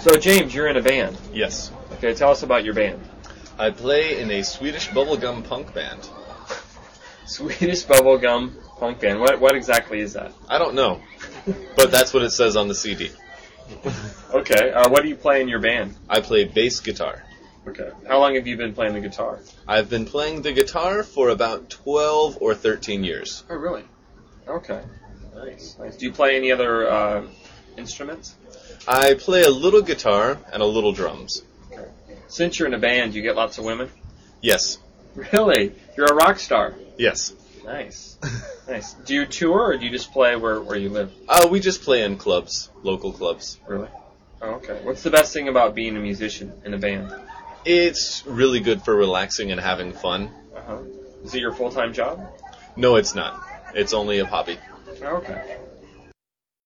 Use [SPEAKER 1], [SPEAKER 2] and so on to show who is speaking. [SPEAKER 1] So James, you're in a band.
[SPEAKER 2] Yes.
[SPEAKER 1] Okay, tell us about your band.
[SPEAKER 2] I play in a Swedish bubblegum punk band.
[SPEAKER 1] Swedish bubblegum punk band. What what exactly is that?
[SPEAKER 2] I don't know, but that's what it says on the CD.
[SPEAKER 1] Okay. Uh, what do you play in your band?
[SPEAKER 2] I play bass guitar.
[SPEAKER 1] Okay. How long have you been playing the guitar?
[SPEAKER 2] I've been playing the guitar for about 12 or 13 years.
[SPEAKER 1] Oh, really? Okay.
[SPEAKER 2] Nice.
[SPEAKER 1] Nice. Do you play any other uh, instruments?
[SPEAKER 2] I play a little guitar and a little drums.
[SPEAKER 1] Since you're in a band, you get lots of women.
[SPEAKER 2] Yes.
[SPEAKER 1] Really? You're a rock star.
[SPEAKER 2] Yes.
[SPEAKER 1] Nice. Nice. Do you tour or do you just play where, where you live?
[SPEAKER 2] Uh, we just play in clubs, local clubs.
[SPEAKER 1] Really? Oh, okay. What's the best thing about being a musician in a band?
[SPEAKER 2] It's really good for relaxing and having fun.
[SPEAKER 1] Uh-huh. Is it your full-time job?
[SPEAKER 2] No, it's not. It's only a hobby.
[SPEAKER 1] Oh, okay.